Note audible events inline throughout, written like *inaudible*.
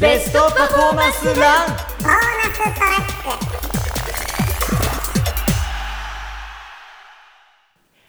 ベストパフォーマンスランボーナストラック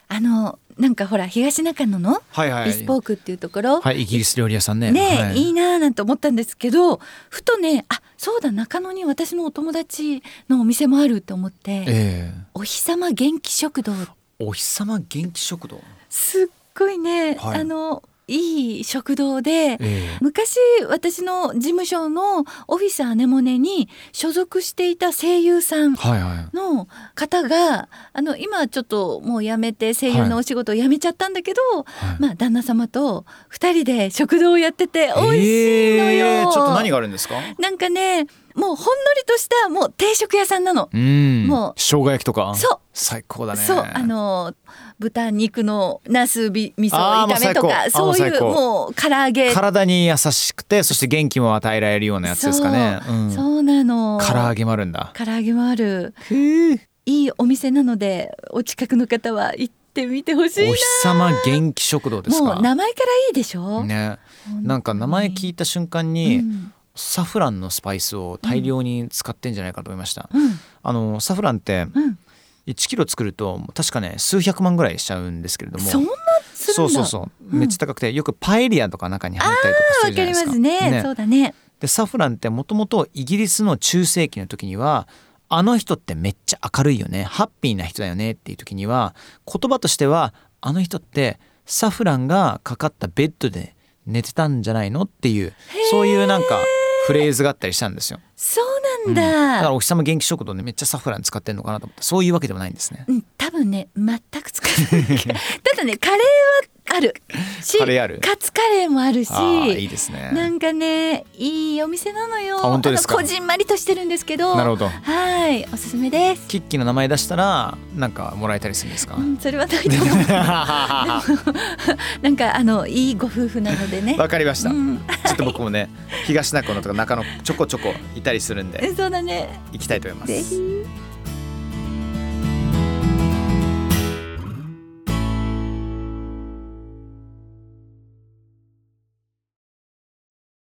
あのなんかほら東中野のはいはいビスポークっていうところ、はいイギリス料理屋さんねねえ、、はいいなーなんて思ったんですけどふとねあそうだ中野に私のお友達のお店もあるって思って、えお日様元気食堂えお日様元気食堂すっごいね、はいあのいい食堂で。え昔私の事務所のオフィスアネモネに所属していた声優さんえはいはいの方があの今ちょっともう辞めて声優のお仕事を辞めちゃったんだけど、はいまあ旦那様と2人で食堂をやってて美味しいのよ、ええちょっと何があるんですかなんかねもうほんのりとしたもう定食屋さんなの。うんもう生姜焼きとかそう最高だねそうあの豚肉のなすび味噌あーもう炒めとか最高あーもそううい最う高もう唐揚げ体に優しくてそして元気も与えられるようなやつですかねそう,、んそうなの唐揚げもあるんだ唐揚げもあるいいお店なのでお近くの方は行ってみてほしいなお日様元気食堂ですかもう名前からいいでしょ、ね本当になんか名前聞いた瞬間に、うんサフランのスパイスを大量に使ってんじゃないかと思いました、うんあのサフランってうん1キロ作ると確かね数百万ぐらいしちゃうんですけれどもそんなするんだそうそうそうめっちゃ高くて、よくパエリアとか中に入ったりとかすわるじゃかりまないですかすねそうだねでサフランってもともとイギリスの中世紀の時にはあの人ってめっちゃ明るいよねハッピーな人だよねっていう時には言葉としてはあの人ってサフランがかかったベッドで寝てたんじゃないのっていうそういうなんかフレーズがあったりしたんですよ。そうなんだかだ,、らうんお日様元気食堂でめっちゃサフラン使ってんのかなと思ってそういうわけでもないんですね。多分ね全く使 *laughs* わないただねカレーはあるしカレーあるカツカレーもあるしあーいいですね。なんかねいいお店なのよあ本当ですかあのこじんまりとしてるんですけどなるほど。はいおすすめです、キッキーの名前出したらなんかもらえたりするんですかう。ん、それはないと *laughs* 思うなんかあのいいご夫婦なのでねわかりました。うん、 *laughs* ちょっと僕もね、東中野とか中野ちょこちょこいたりするんで、そうだね行きたいと思います。ぜひ